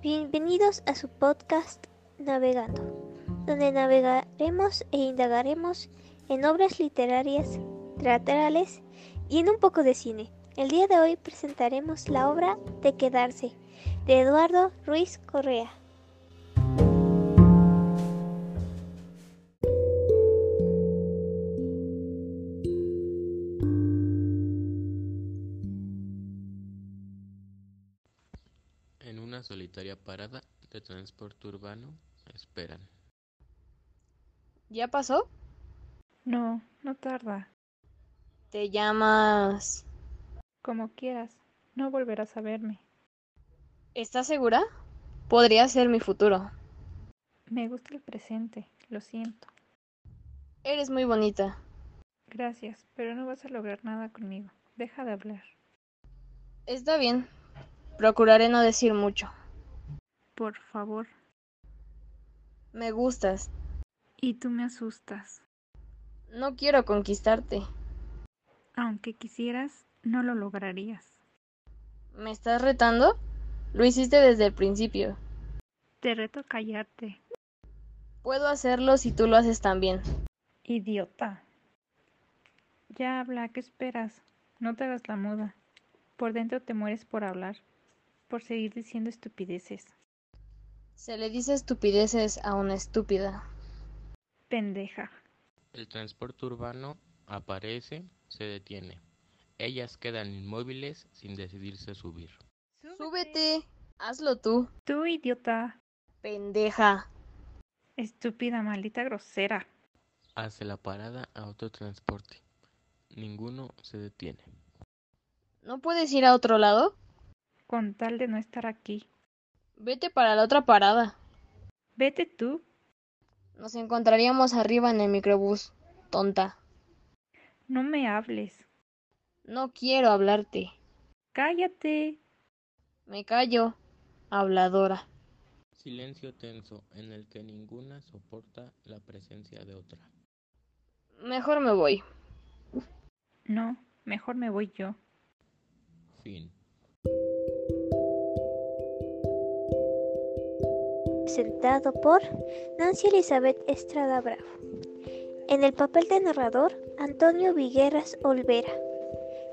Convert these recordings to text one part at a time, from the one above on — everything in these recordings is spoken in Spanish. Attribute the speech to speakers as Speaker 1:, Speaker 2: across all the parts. Speaker 1: Bienvenidos a su podcast Navegando, donde navegaremos e indagaremos en obras literarias, teatrales y en un poco de cine. El día de hoy presentaremos la obra De Quedarse, de Eduardo Ruiz Correa.
Speaker 2: En una solitaria parada de transporte urbano esperan.
Speaker 3: ¿Ya pasó?
Speaker 4: No, no tarda,
Speaker 3: Te llamas...
Speaker 4: como quieras, no volverás a verme.
Speaker 3: ¿Estás segura? Podría ser mi futuro.
Speaker 4: Me gusta el presente, lo siento.
Speaker 3: Eres muy bonita.
Speaker 4: Gracias, pero no vas a lograr nada conmigo. Deja de hablar.
Speaker 3: Está bien. Procuraré no decir mucho.
Speaker 4: Por favor.
Speaker 3: Me gustas.
Speaker 4: Y tú me asustas.
Speaker 3: No quiero conquistarte.
Speaker 4: Aunque quisieras, no lo lograrías.
Speaker 3: ¿Me estás retando? Lo hiciste desde el principio.
Speaker 4: Te reto a callarte.
Speaker 3: Puedo hacerlo si tú lo haces también.
Speaker 4: Idiota. Ya habla, ¿qué esperas? No te hagas la muda. Por dentro te mueres por hablar, por seguir diciendo estupideces.
Speaker 3: Se le dice estupideces a una estúpida.
Speaker 4: Pendeja.
Speaker 2: El transporte urbano aparece, se detiene. Ellas quedan inmóviles sin decidirse subir.
Speaker 3: Súbete. Hazlo tú.
Speaker 4: Tú, idiota.
Speaker 3: Pendeja.
Speaker 4: Estúpida, maldita, grosera.
Speaker 2: Hace la parada a otro transporte. Ninguno se detiene.
Speaker 3: ¿No puedes ir a otro lado?
Speaker 4: Con tal de no estar aquí.
Speaker 3: Vete para la otra parada.
Speaker 4: Vete tú.
Speaker 3: Nos encontraríamos arriba en el microbús. Tonta.
Speaker 4: No me hables.
Speaker 3: No quiero hablarte.
Speaker 4: Cállate.
Speaker 3: Me callo. Habladora.
Speaker 2: Silencio tenso en el que ninguna soporta la presencia de otra.
Speaker 3: Mejor me voy.
Speaker 4: No, mejor me voy yo.
Speaker 2: Fin.
Speaker 1: presentado por Nancy Elizabeth Estrada Bravo. En el papel de narrador, Antonio Vigueras Olvera.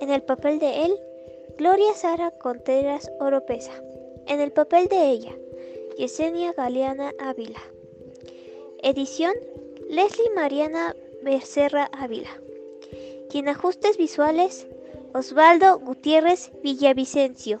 Speaker 1: En el papel de él, Gloria Sara Contreras Oropesa. En el papel de ella, Yesenia Galeana Ávila. Edición, Leslie Mariana Becerra Ávila. Quien ajustes visuales, Osvaldo Gutiérrez Villavicencio.